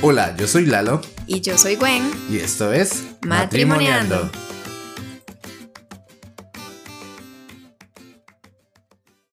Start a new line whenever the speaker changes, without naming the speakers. Hola, yo soy Lalo
Y yo soy Gwen.
y esto es
Matrimoniando.
Matrimoniando.